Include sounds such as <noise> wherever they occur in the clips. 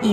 一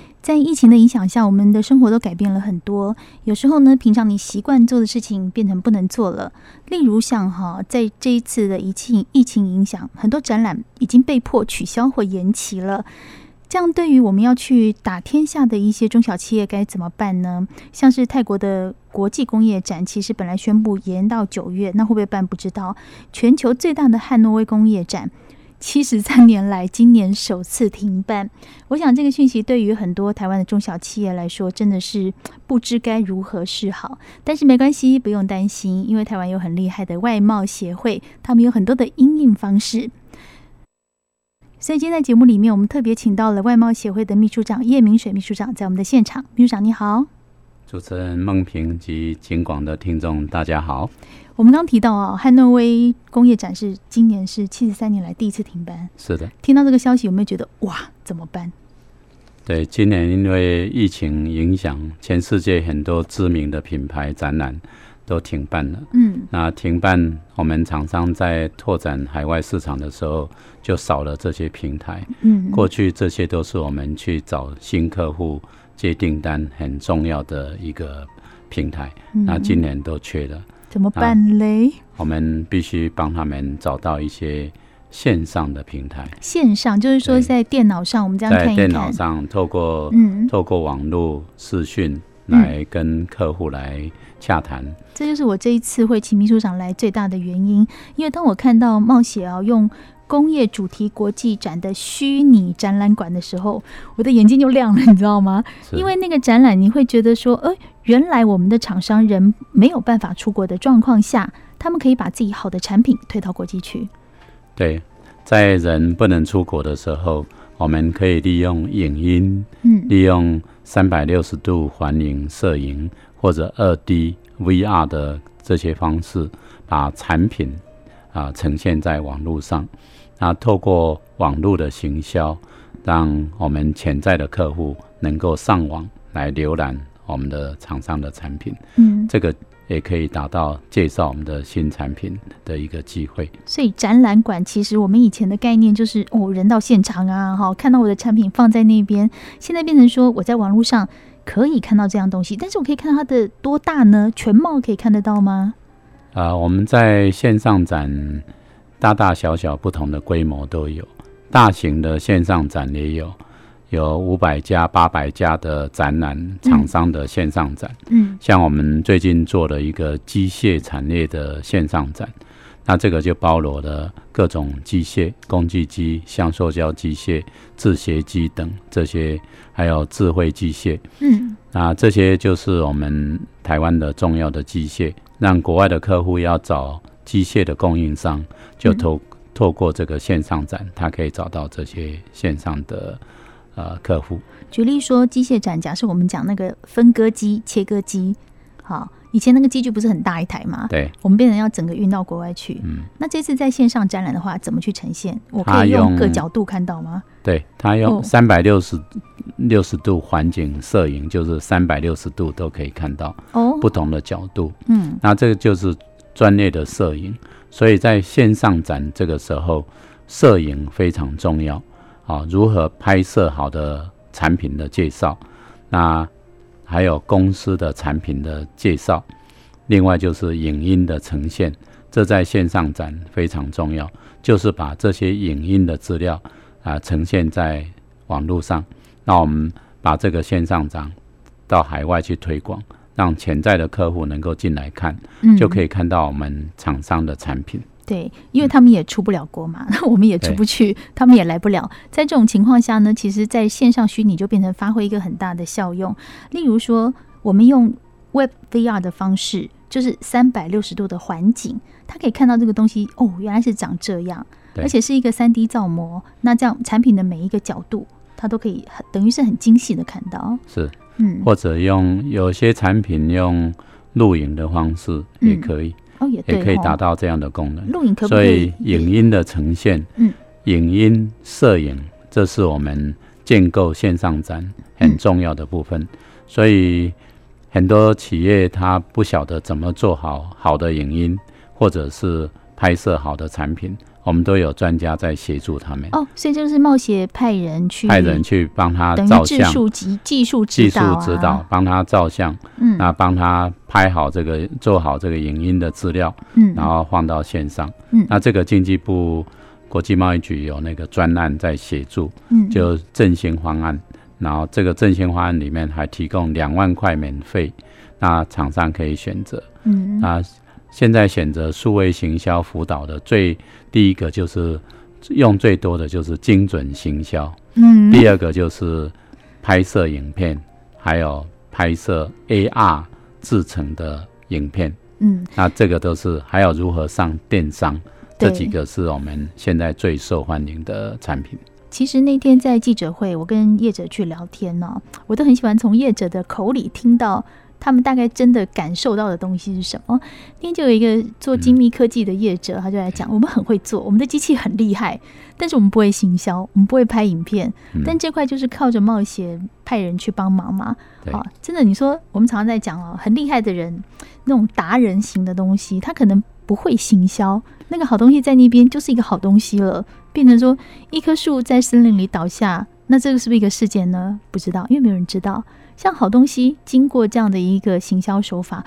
在疫情的影响下，我们的生活都改变了很多。有时候呢，平常你习惯做的事情变成不能做了。例如像哈，在这一次的疫情疫情影响，很多展览已经被迫取消或延期了。这样对于我们要去打天下的一些中小企业该怎么办呢？像是泰国的国际工业展，其实本来宣布延到九月，那会不会办不知道。全球最大的汉诺威工业展，七十三年来今年首次停办。我想这个讯息对于很多台湾的中小企业来说，真的是不知该如何是好。但是没关系，不用担心，因为台湾有很厉害的外贸协会，他们有很多的应应方式。所以今天在节目里面，我们特别请到了外贸协会的秘书长叶明水秘书长在我们的现场。秘书长你好，主持人孟平及景广的听众，大家好。我们刚提到啊，汉诺威工业展是今年是七十三年来第一次停办，是的，听到这个消息有没有觉得哇怎么办？对，今年因为疫情影响，全世界很多知名的品牌展览都停办了。嗯，那停办，我们厂商在拓展海外市场的时候，就少了这些平台。嗯，过去这些都是我们去找新客户接订单很重要的一个平台。嗯那今年都缺了，怎么办嘞？我们必须帮他们找到一些线上的平台，线上就是说对在电脑上，我们这样在看一电看，脑上透过嗯，透过网络视讯来跟客户来洽谈。这就是我这一次会请秘书长来最大的原因，因为当我看到冒险啊用工业主题国际展的虚拟展览馆的时候，我的眼睛就亮了，你知道吗？是因为那个展览，你会觉得说，呃，原来我们的厂商人没有办法出国的状况下，他们可以把自己好的产品推到国际去。对，在人不能出国的时候，我们可以利用影音，嗯利用三百六十度环影摄影或者二 D VR 的这些方式，把产品啊、呈现在网络上。那透过网络的行销，让我们潜在的客户能够上网来浏览我们的厂商的产品。嗯，这个也可以达到介绍我们的新产品的一个机会。所以展览馆其实我们以前的概念就是哦，人到现场啊，哈，看到我的产品放在那边。现在变成说我在网络上可以看到这样东西，但是我可以看到它的多大呢？全貌可以看得到吗？啊，我们在线上展，大大小小不同的规模都有，大型的线上展也有，有五百家、八百家的展览厂商的线上展。嗯像我们最近做了一个机械产业的线上展，那这个就包罗了各种机械、工具机、橡塑胶机械、制鞋机等这些，还有智慧机械。嗯那啊这些就是我们台湾的重要的机械，让国外的客户要找机械的供应商，就透、透过这个线上展，他可以找到这些线上的呃客户。举例说机械展，假设我们讲那个分割机、切割机，好，以前那个机具不是很大一台吗？对，我们变成要整个运到国外去。嗯，那这次在线上展览的话，怎么去呈现？我它可以用用各角度看到吗？对他哦用三百六十六十度环境摄影，就是三百六十度都可以看到哦，不，同的角度。嗯那这个就是专业的摄影，所以在线上展这个时候，摄影非常重要啊，如何拍摄好的产品的介绍，那还有公司的产品的介绍，另外就是影音的呈现，这在线上展非常重要，就是把这些影音的资料啊、呈现在网络上。那我们把这个线上展到海外去推广，让潜在的客户能够进来看，嗯就可以看到我们厂商的产品。对，因为他们也出不了国嘛，嗯那 <laughs> 我们也出不去，他们也来不了。在这种情况下呢，其实在线上虚拟就变成发挥一个很大的效用。例如说，我们用 Web VR 的方式，就是三百六十度的环景，它可以看到这个东西哦，原来是长这样，对而且是一个三 D 造模。那这样产品的每一个角度，它都可以很等于是很精细的看到。是，嗯，或者用有些产品用录影的方式也可以，哦也对、哦，也可以达到这样的功能。录影可不所可以以？影音的呈现，嗯，影音摄影，这是我们建构线上展嗯很重要的部分。所以很多企业它不晓得怎么做好好的影音，或者是拍摄好的产品，我们都有专家在协助他们，哦，所以就是冒险派人去派人去帮他嗯等于啊照技相。术及技术技指术导、啊、指导，帮他照相，嗯那帮他拍好这个，做好这个影音的资料，嗯，然后放到线上。嗯那这个经济部国际贸易局有那个专案在协助，嗯就振兴方案。然后这个振兴方案里面还提供两万块免费，那厂商可以选择。嗯那现在选择数位行销辅导的最第一个就是用最多的就是精准行销，嗯第二个就是拍摄影片，还有拍摄 AR 制成的影片。嗯那这个都是还有如何上电商，对这几个是我们现在最受欢迎的产品。其实那天在记者会，我跟业者去聊天呢、我都很喜欢从业者的口里听到他们大概真的感受到的东西是什么。那天就有一个嗯做精密科技的业者，他就来讲，我们很会做，我们的机器很厉害，但是我们不会行销，我们不会拍影片，嗯但这块就是靠着冒险派人去帮忙嘛。对啊，真的，你说我们常常在讲哦，很厉害的人，那种达人型的东西，他可能不会行销，那个好东西在那边就是一个好东西了，变成说一棵树在森林里倒下，那这个是不是一个事件呢？不知道，因为没有人知道。像好东西经过这样的一个行销手法，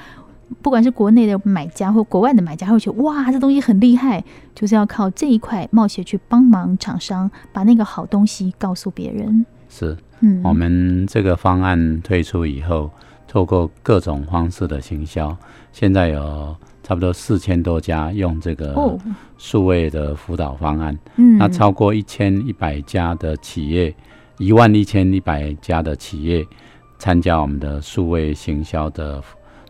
不管是国内的买家或国外的买家，会觉得哇，这东西很厉害，就是要靠这一块冒险去帮忙厂商把那个好东西告诉别人。是哦嗯，我们这个方案推出以后，透过各种方式的行销，现在有差不多四千多家用这哦个，数位的辅导方案，嗯，那超过一千一百家的企业，一万一千一百家的企业参加我们的数位行销的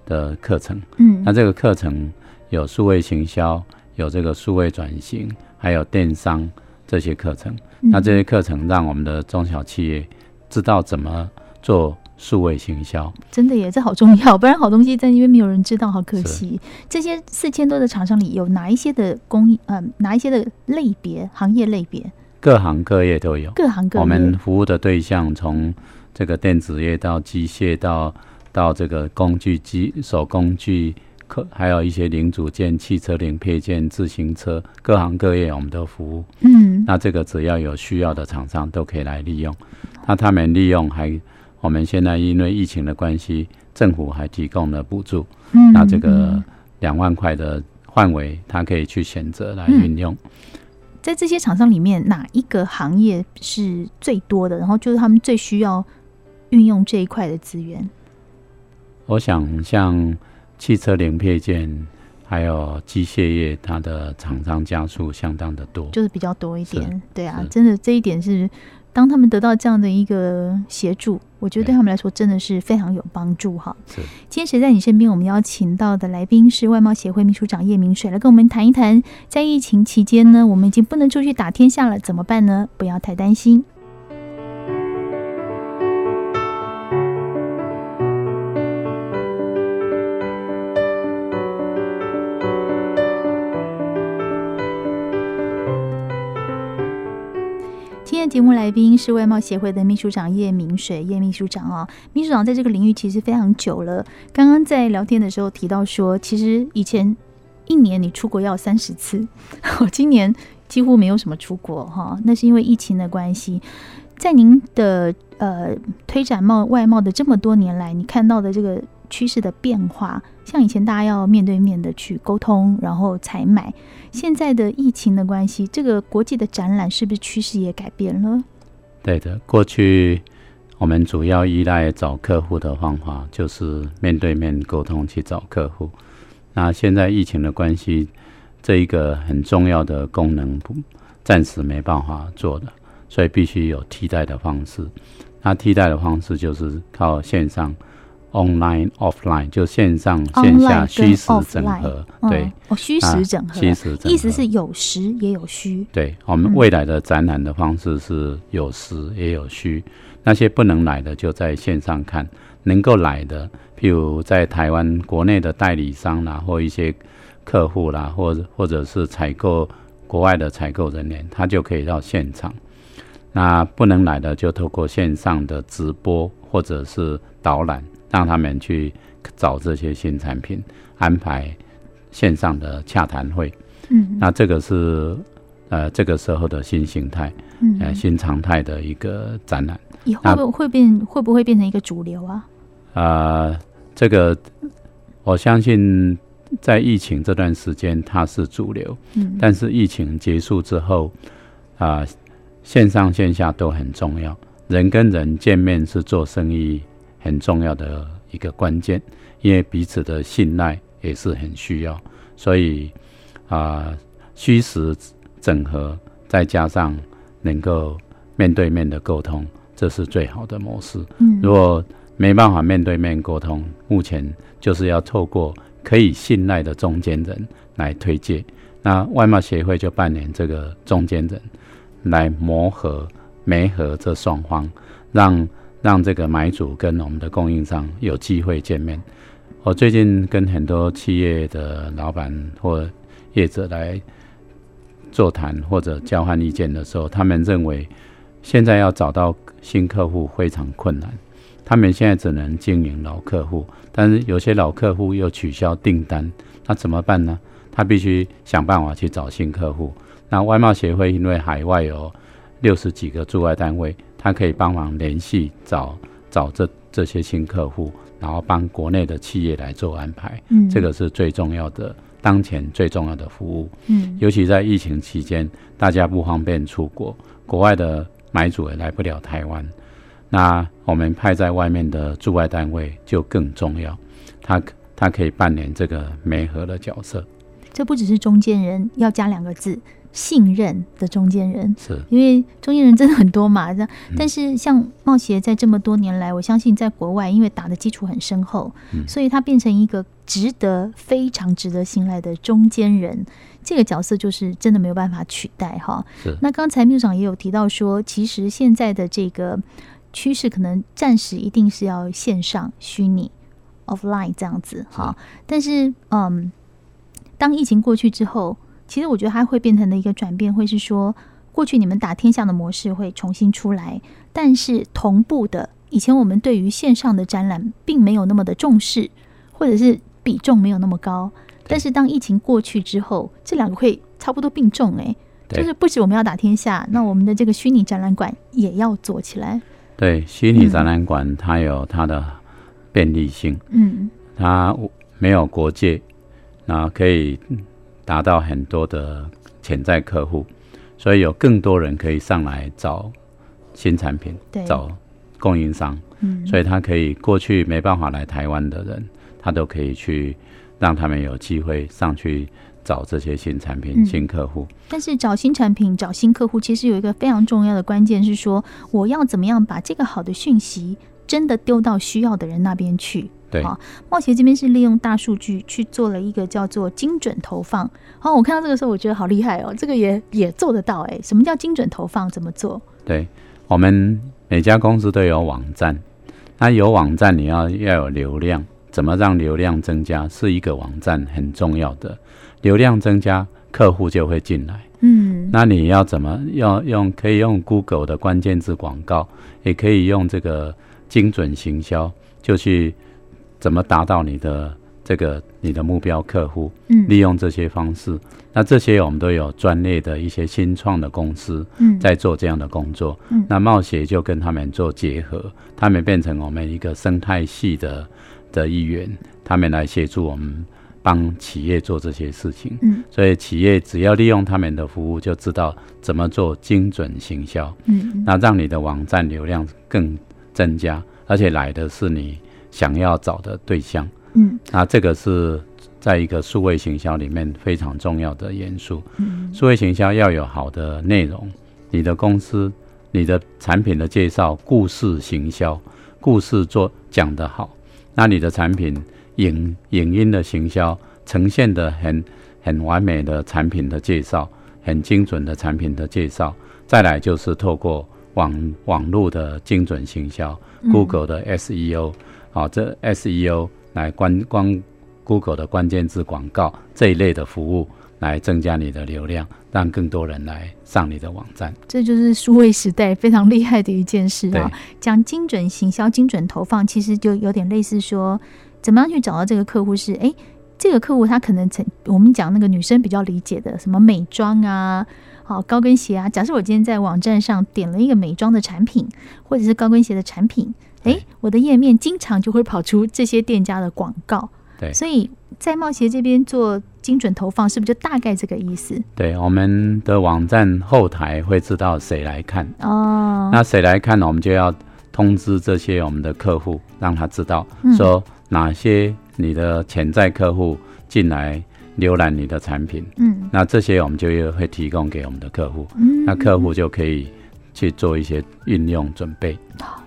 的课程。嗯那这个课程有数位行销，有这个数位转型，还有电商这些课程。嗯那这些课程让我们的中小企业知道怎么做数位行销。真的耶，这好重要，不然好东西在那边没有人知道，好可惜。这些四千多的厂商里，有哪一些的工艺，嗯、哪一些的类别、行业类别，各行各业都有。各行各业。我们服务的对象从这个电子业到机械到到这个工具机手工具，可还有一些零组件、汽车零配件、自行车，各行各业我们都服务。嗯那这个只要有需要的厂商都可以来利用。那他们利用还，我们现在因为疫情的关系，政府还提供了补助，嗯，那这个两万块的范围，他可以去选择来运用。在这些厂商里面，哪一个行业是最多的？然后就是他们最需要运用这一块的资源。我想像汽车零配件。还有机械业，它的厂商家数相当的多，就是比较多一点是。对啊是，真的这一点是，当他们得到这样的一个协助，我觉得对对他们来说真的是非常有帮助哈。是今天谁在你身边？我们邀请到的来宾是外贸协会秘书长叶明水，来跟我们谈一谈，在疫情期间呢，我们已经不能出去打天下了，怎么办呢？不要太担心。今天的节目来宾是外贸协会的秘书长叶明水，叶秘书长哦，秘书长在这个领域其实非常久了。刚刚在聊天的时候提到说，其实以前一年你出国要三十次， <laughs> 我今年几乎没有什么出国哈、那是因为疫情的关系。在您的呃推展贸外贸的这么多年来，你看到的这个趋势的变化，像以前大家要面对面的去沟通，然后采买，现在的疫情的关系，这个国际的展览是不是趋势也改变了？对的，过去我们主要依赖找客户的方法就是面对面沟通去找客户。那现在疫情的关系，这一个很重要的功能不暂时没办法做了，所以必须有替代的方式。那替代的方式就是靠线上 （online、offline），就线上线哦 Online 下跟虚实整合。嗯对，，哦，虚啊实整合，虚实整合意思是有实也有虚，对我们嗯未来的展览的方式是有实也有虚，那些不能来的就在线上看，能够来的，譬如在台湾国内的代理商啦，或一些客户啦，或者或者是采购国外的采购人员，他就可以到现场。那不能来的就透过线上的直播或者是导览，让他们去找这些新产品，安排线上的洽谈会。嗯那这个是呃这个时候的新形态，嗯呃，新常态的一个展览。以后会会变会不会变成一个主流啊？呃，这个我相信在疫情这段时间它是主流，嗯，但是疫情结束之后，啊、线上线下都很重要，人跟人见面是做生意很重要的一个关键，因为彼此的信赖也是很需要，所以啊、虚实整合再加上能够面对面的沟通，这是最好的模式。嗯如果没办法面对面沟通，目前就是要透过可以信赖的中间人来推介。那外贸协会就扮演这个中间人，来磨合、媒合这双方，让让这个买主跟我们的供应商有机会见面。我最近跟很多企业的老板或业者来座谈或者交换意见的时候，他们认为现在要找到新客户非常困难，他们现在只能经营老客户，但是有些老客户又取消订单，那怎么办呢？他必须想办法去找新客户。那外贸协会因为海外有六十几个驻外单位，他可以帮忙联系找找这这些新客户，然后帮国内的企业来做安排。嗯这个是最重要的，当前最重要的服务。嗯尤其在疫情期间，大家不方便出国，国外的买主也来不了台湾，那我们派在外面的驻外单位就更重要，他他可以扮演这个媒合的角色，这不只是中间人，要加两个字，信任的中间人。是因为中间人真的很多嘛，这但是像茂协在这么多年来，我相信在国外，因为打的基础很深厚，所以它变成一个值得非常值得信赖的中间人。这个角色就是真的没有办法取代哈是。那刚才缪长也有提到说，其实现在的这个趋势可能暂时一定是要线上虚拟 offline 这样子哈，但是嗯，当疫情过去之后，其实我觉得它会变成的一个转变，会是说，过去你们打天下的模式会重新出来，但是同步的，以前我们对于线上的展览并没有那么的重视，或者是比重没有那么高。但是当疫情过去之后，这两个会差不多并重诶、对就是不止我们要打天下，那我们的这个虚拟展览馆也要做起来。对虚拟展览馆它有它的便利性，嗯它没有国界，然后可以达到很多的潜在客户，所以有更多人可以上来找新产品对，找供应商。哎嗯，所以他可以过去没办法来台湾的人，他都可以去让他们有机会上去找这些新产品、嗯新客户。但是找新产品、找新客户，其实有一个非常重要的关键是说，我要怎么样把这个好的讯息真的丢到需要的人那边去。对，好冒险这边是利用大数据去做了一个叫做精准投放。好、我看到这个时候，我觉得好厉害哦，这个也也做得到哎。什么叫精准投放？怎么做？对，我们每家公司都有网站，那有网站你要要有流量，怎么让流量增加是一个网站很重要的。流量增加，客户就会进来。嗯那你要怎么要用？可以用 Google 的关键字广告，也可以用这个精准行销，就去怎么达到你的这个你的目标客户，嗯利用这些方式。那这些我们都有专业的一些新创的公司嗯，在做这样的工作。嗯那冒险就跟他们做结合，他们变成我们一个生态系的的一员，他们来协助我们帮企业做这些事情。嗯所以企业只要利用他们的服务，就知道怎么做精准行销，嗯那让你的网站流量更增加，而且来的是你想要找的对象。嗯那这个是在一个数位行销里面非常重要的元素。嗯数位行销要有好的内容，你的公司、你的产品的介绍、故事行销、故事做讲得好，那你的产品影影音的行销呈现的很很完美的产品的介绍，很精准的产品的介绍，再来就是透过网网络的精准行销嗯，Google 的 E SEO，好、这 SEO 来关关 Google 的关键字广告这一类的服务，来增加你的流量，让更多人来上你的网站。这就是数位时代非常厉害的一件事啊、对讲精准行销、精准投放，其实就有点类似说，怎么样去找到这个客户是哎。诶这个客户他可能曾我们讲那个女生比较理解的，什么美妆啊，好高跟鞋啊。假设我今天在网站上点了一个美妆的产品，或者是高跟鞋的产品，哎对，我的页面经常就会跑出这些店家的广告。对所以在茂鞋这边做精准投放，是不是就大概这个意思？对我们的网站后台会知道谁来看，哦，那谁来看呢？我们就要通知这些我们的客户，让他知道嗯说哪些你的潜在客户进来浏览你的产品。嗯那这些我们就又会提供给我们的客户，嗯，那客户就可以去做一些运用准备。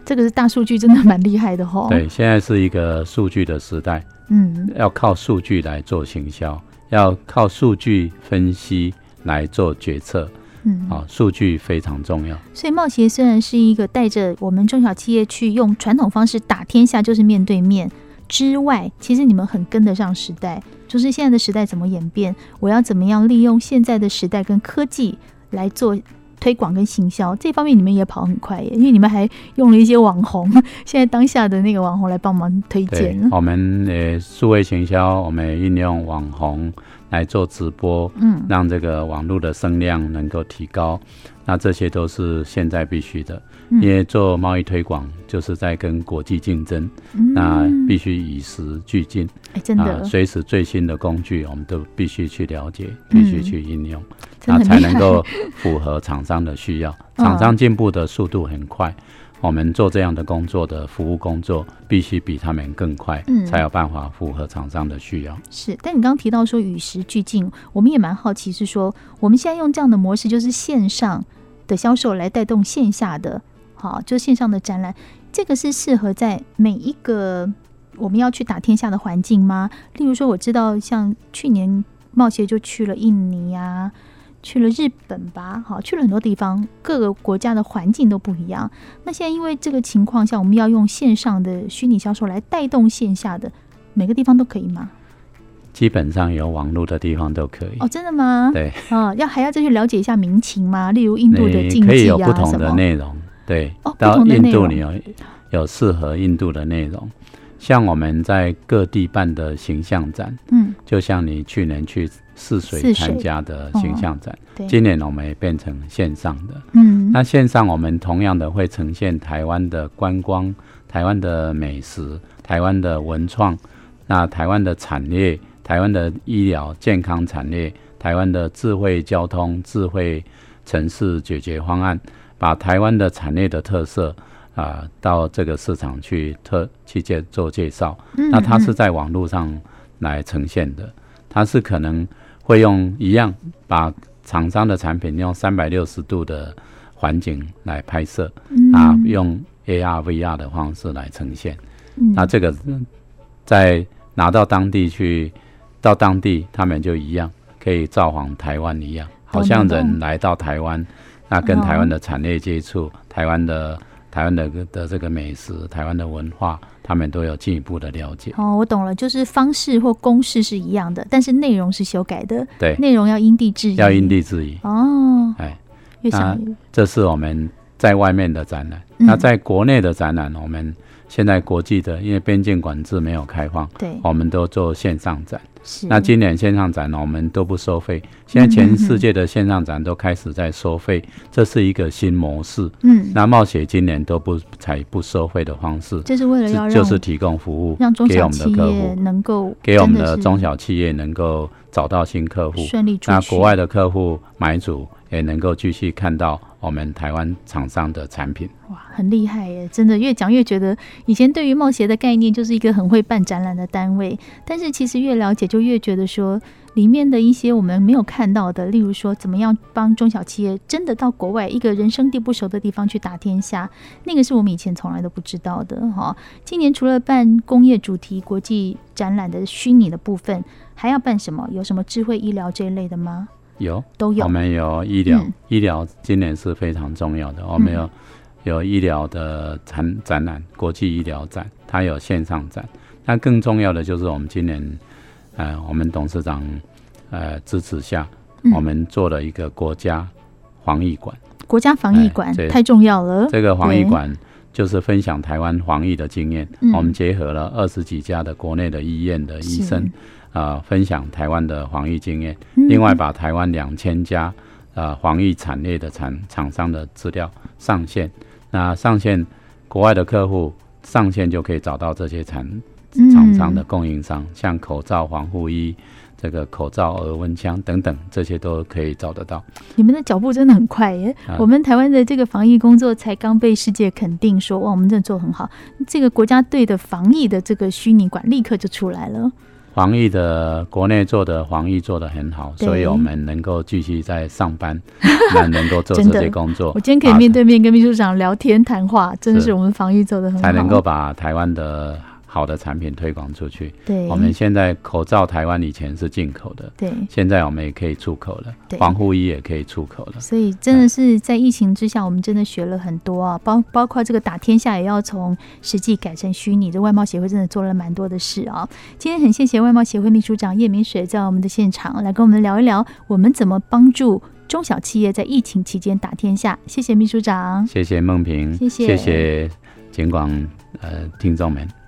这个是大数据，真的蛮厉害的吼。，对，现在是一个数据的时代，嗯要靠数据来做行销，要靠数据分析来做决策嗯，啊，数据非常重要。所以茂协虽然是一个带着我们中小企业去用传统方式打天下，就是面对面之外，其实你们很跟得上时代，就是现在的时代怎么演变，我要怎么样利用现在的时代跟科技来做。推广跟行销这方面，你们也跑很快耶，因为你们还用了一些网红，现在当下的那个网红来帮忙推对荐。，我们呃数位行销，我们也运用网红来做直播，嗯让这个网络的声量能够提高。那这些都是现在必须的，嗯因为做贸易推广就是在跟国际竞争，嗯那必须与时俱进。哎，真啊，的，随时最新的工具，我们都必须去了解，必须去应用，嗯真那的才很厉能害。够符合厂商的需要。 <laughs> 嗯厂商进步的速度很快，我们做这样的工作的服务工作，必须比他们更快，嗯才有办法符合厂商的需要。是，但你刚刚提到说与时俱进，我们也蛮好奇，是说我们现在用这样的模式，就是线上的销售来带动线下的，好，就线上的展览，这个是适合在每一个我们要去打天下的环境吗？例如说，我知道像去年冒协就去了印尼啊，去了日本吧，好，去了很多地方，各个国家的环境都不一样。那现在因为这个情况下，我们要用线上的虚拟销售来带动线下的，每个地方都可以吗？基本上有网络的地方都可以，哦，真的吗？对，啊，要还要再去了解一下民情吗？例如印度的你竞可以技有啊不同什的么？内容，对，哦不到同的印内度容你有有适合印度的内容，像我们在各地办的形象展。嗯，就像你去年去泗泗水嗯水参加的形象展，对，今年我们也变成线上的。嗯，那线上我们同样的会呈现台湾的观光、台湾的美食、台湾的文创，那台湾的产业、台湾的医疗健康产业、台湾的智慧交通、智慧城市解决方案，把台湾的产业的特色啊、到这个市场去特去介做介绍。嗯那它是嗯在网络上来呈现的，它是可能会用一样把厂商的产品用三百六十度的环境来拍摄，嗯啊，用 AR、VR 的方式来呈现。嗯那这个嗯在拿到当地去，到当地他们就一样可以造访台湾一样，好像懂懂人来到台湾，那跟哦台湾的产业接触，台湾的台湾的的这个美食，台湾的文化，他们都有进一步的了解。哦，我懂了，就是方式或公式是一样的，但是内容是修改的，对，内容要因地制宜，要因地制宜。哦，哎，越想啊越这是我们在外面的展览。嗯那在国内的展览，我们现在国际的，因为边境管制没有开放，对，我们都做线上展。是哦那今年线上展呢，我们都不收费。现在全世界的线上展都开始在收费，这是一个新模式。嗯，那冒险今年都不采不收费的方式，这是为了要是让就是提供服务让中给我小们的企客业户，能够给我们真的是中小企业能够找到新客户，顺利出那去国外的客户买主也能够继续看到我们台湾厂商的产品。哇，很厉害耶！真的越讲越觉得，以前对于贸协的概念就是一个很会办展览的单位，但是其实越了解就越觉得说，里面的一些我们没有看到的，例如说怎么样帮中小企业真的到国外一个人生地不熟的地方去打天下，那个是我们以前从来都不知道的哈、今年除了办工业主题国际展览的虚拟的部分，还要办什么？有什么智慧医疗这一类的吗？有，都有我，们有医疗，嗯医疗今年是非常重要的。我们有、有医疗的展展览，国际医疗展，它有线上展。那更重要的就是我们今年，呃，我们董事长呃支持下，嗯我们做了一个国家防疫馆。国家防疫哎馆、对太重要了。这个防疫对馆就是分享台湾防疫的经验，哦嗯我们结合了二十几家的国内的医院的医生是，啊、分享台湾的防疫经验。嗯另外，把台湾两千家呃防疫产业的厂厂商的资料上线，那上线国外的客户上线就可以找到这些产嗯厂商的供应商，像口罩、防护衣、这个口罩、额温枪等等，这些都可以找得到。你们的脚步真的很快耶！啊我们台湾的这个防疫工作才刚被世界肯定说，哇，我们真的做得很好。这个国家队的防疫的这个虚拟馆立刻就出来了，防疫的国内做的防疫做得很好，对所以我们能够继续在上 <laughs> 班，那能够做真这的些工作啊我，今天可以面对面跟秘书长聊天谈话，真的是哦是我们防疫做得很好，才能够把台湾的好的产品推广出去。对我们现在口罩台湾以前是进口的，对。现在我们也可以出口了对，防护衣也可以出口了。所以真的是在疫情之下，我们真的学了很多啊，包包括这个打天下也要从实际改成虚拟。这外贸协会真的做了蛮多的事啊。今天很谢谢外贸协会秘书长叶明水在我们的现场来跟我们聊一聊，我们怎么帮助中小企业在疫情期间打天下。谢谢秘书长，谢谢梦萍，谢谢谢谢警广呃听众们，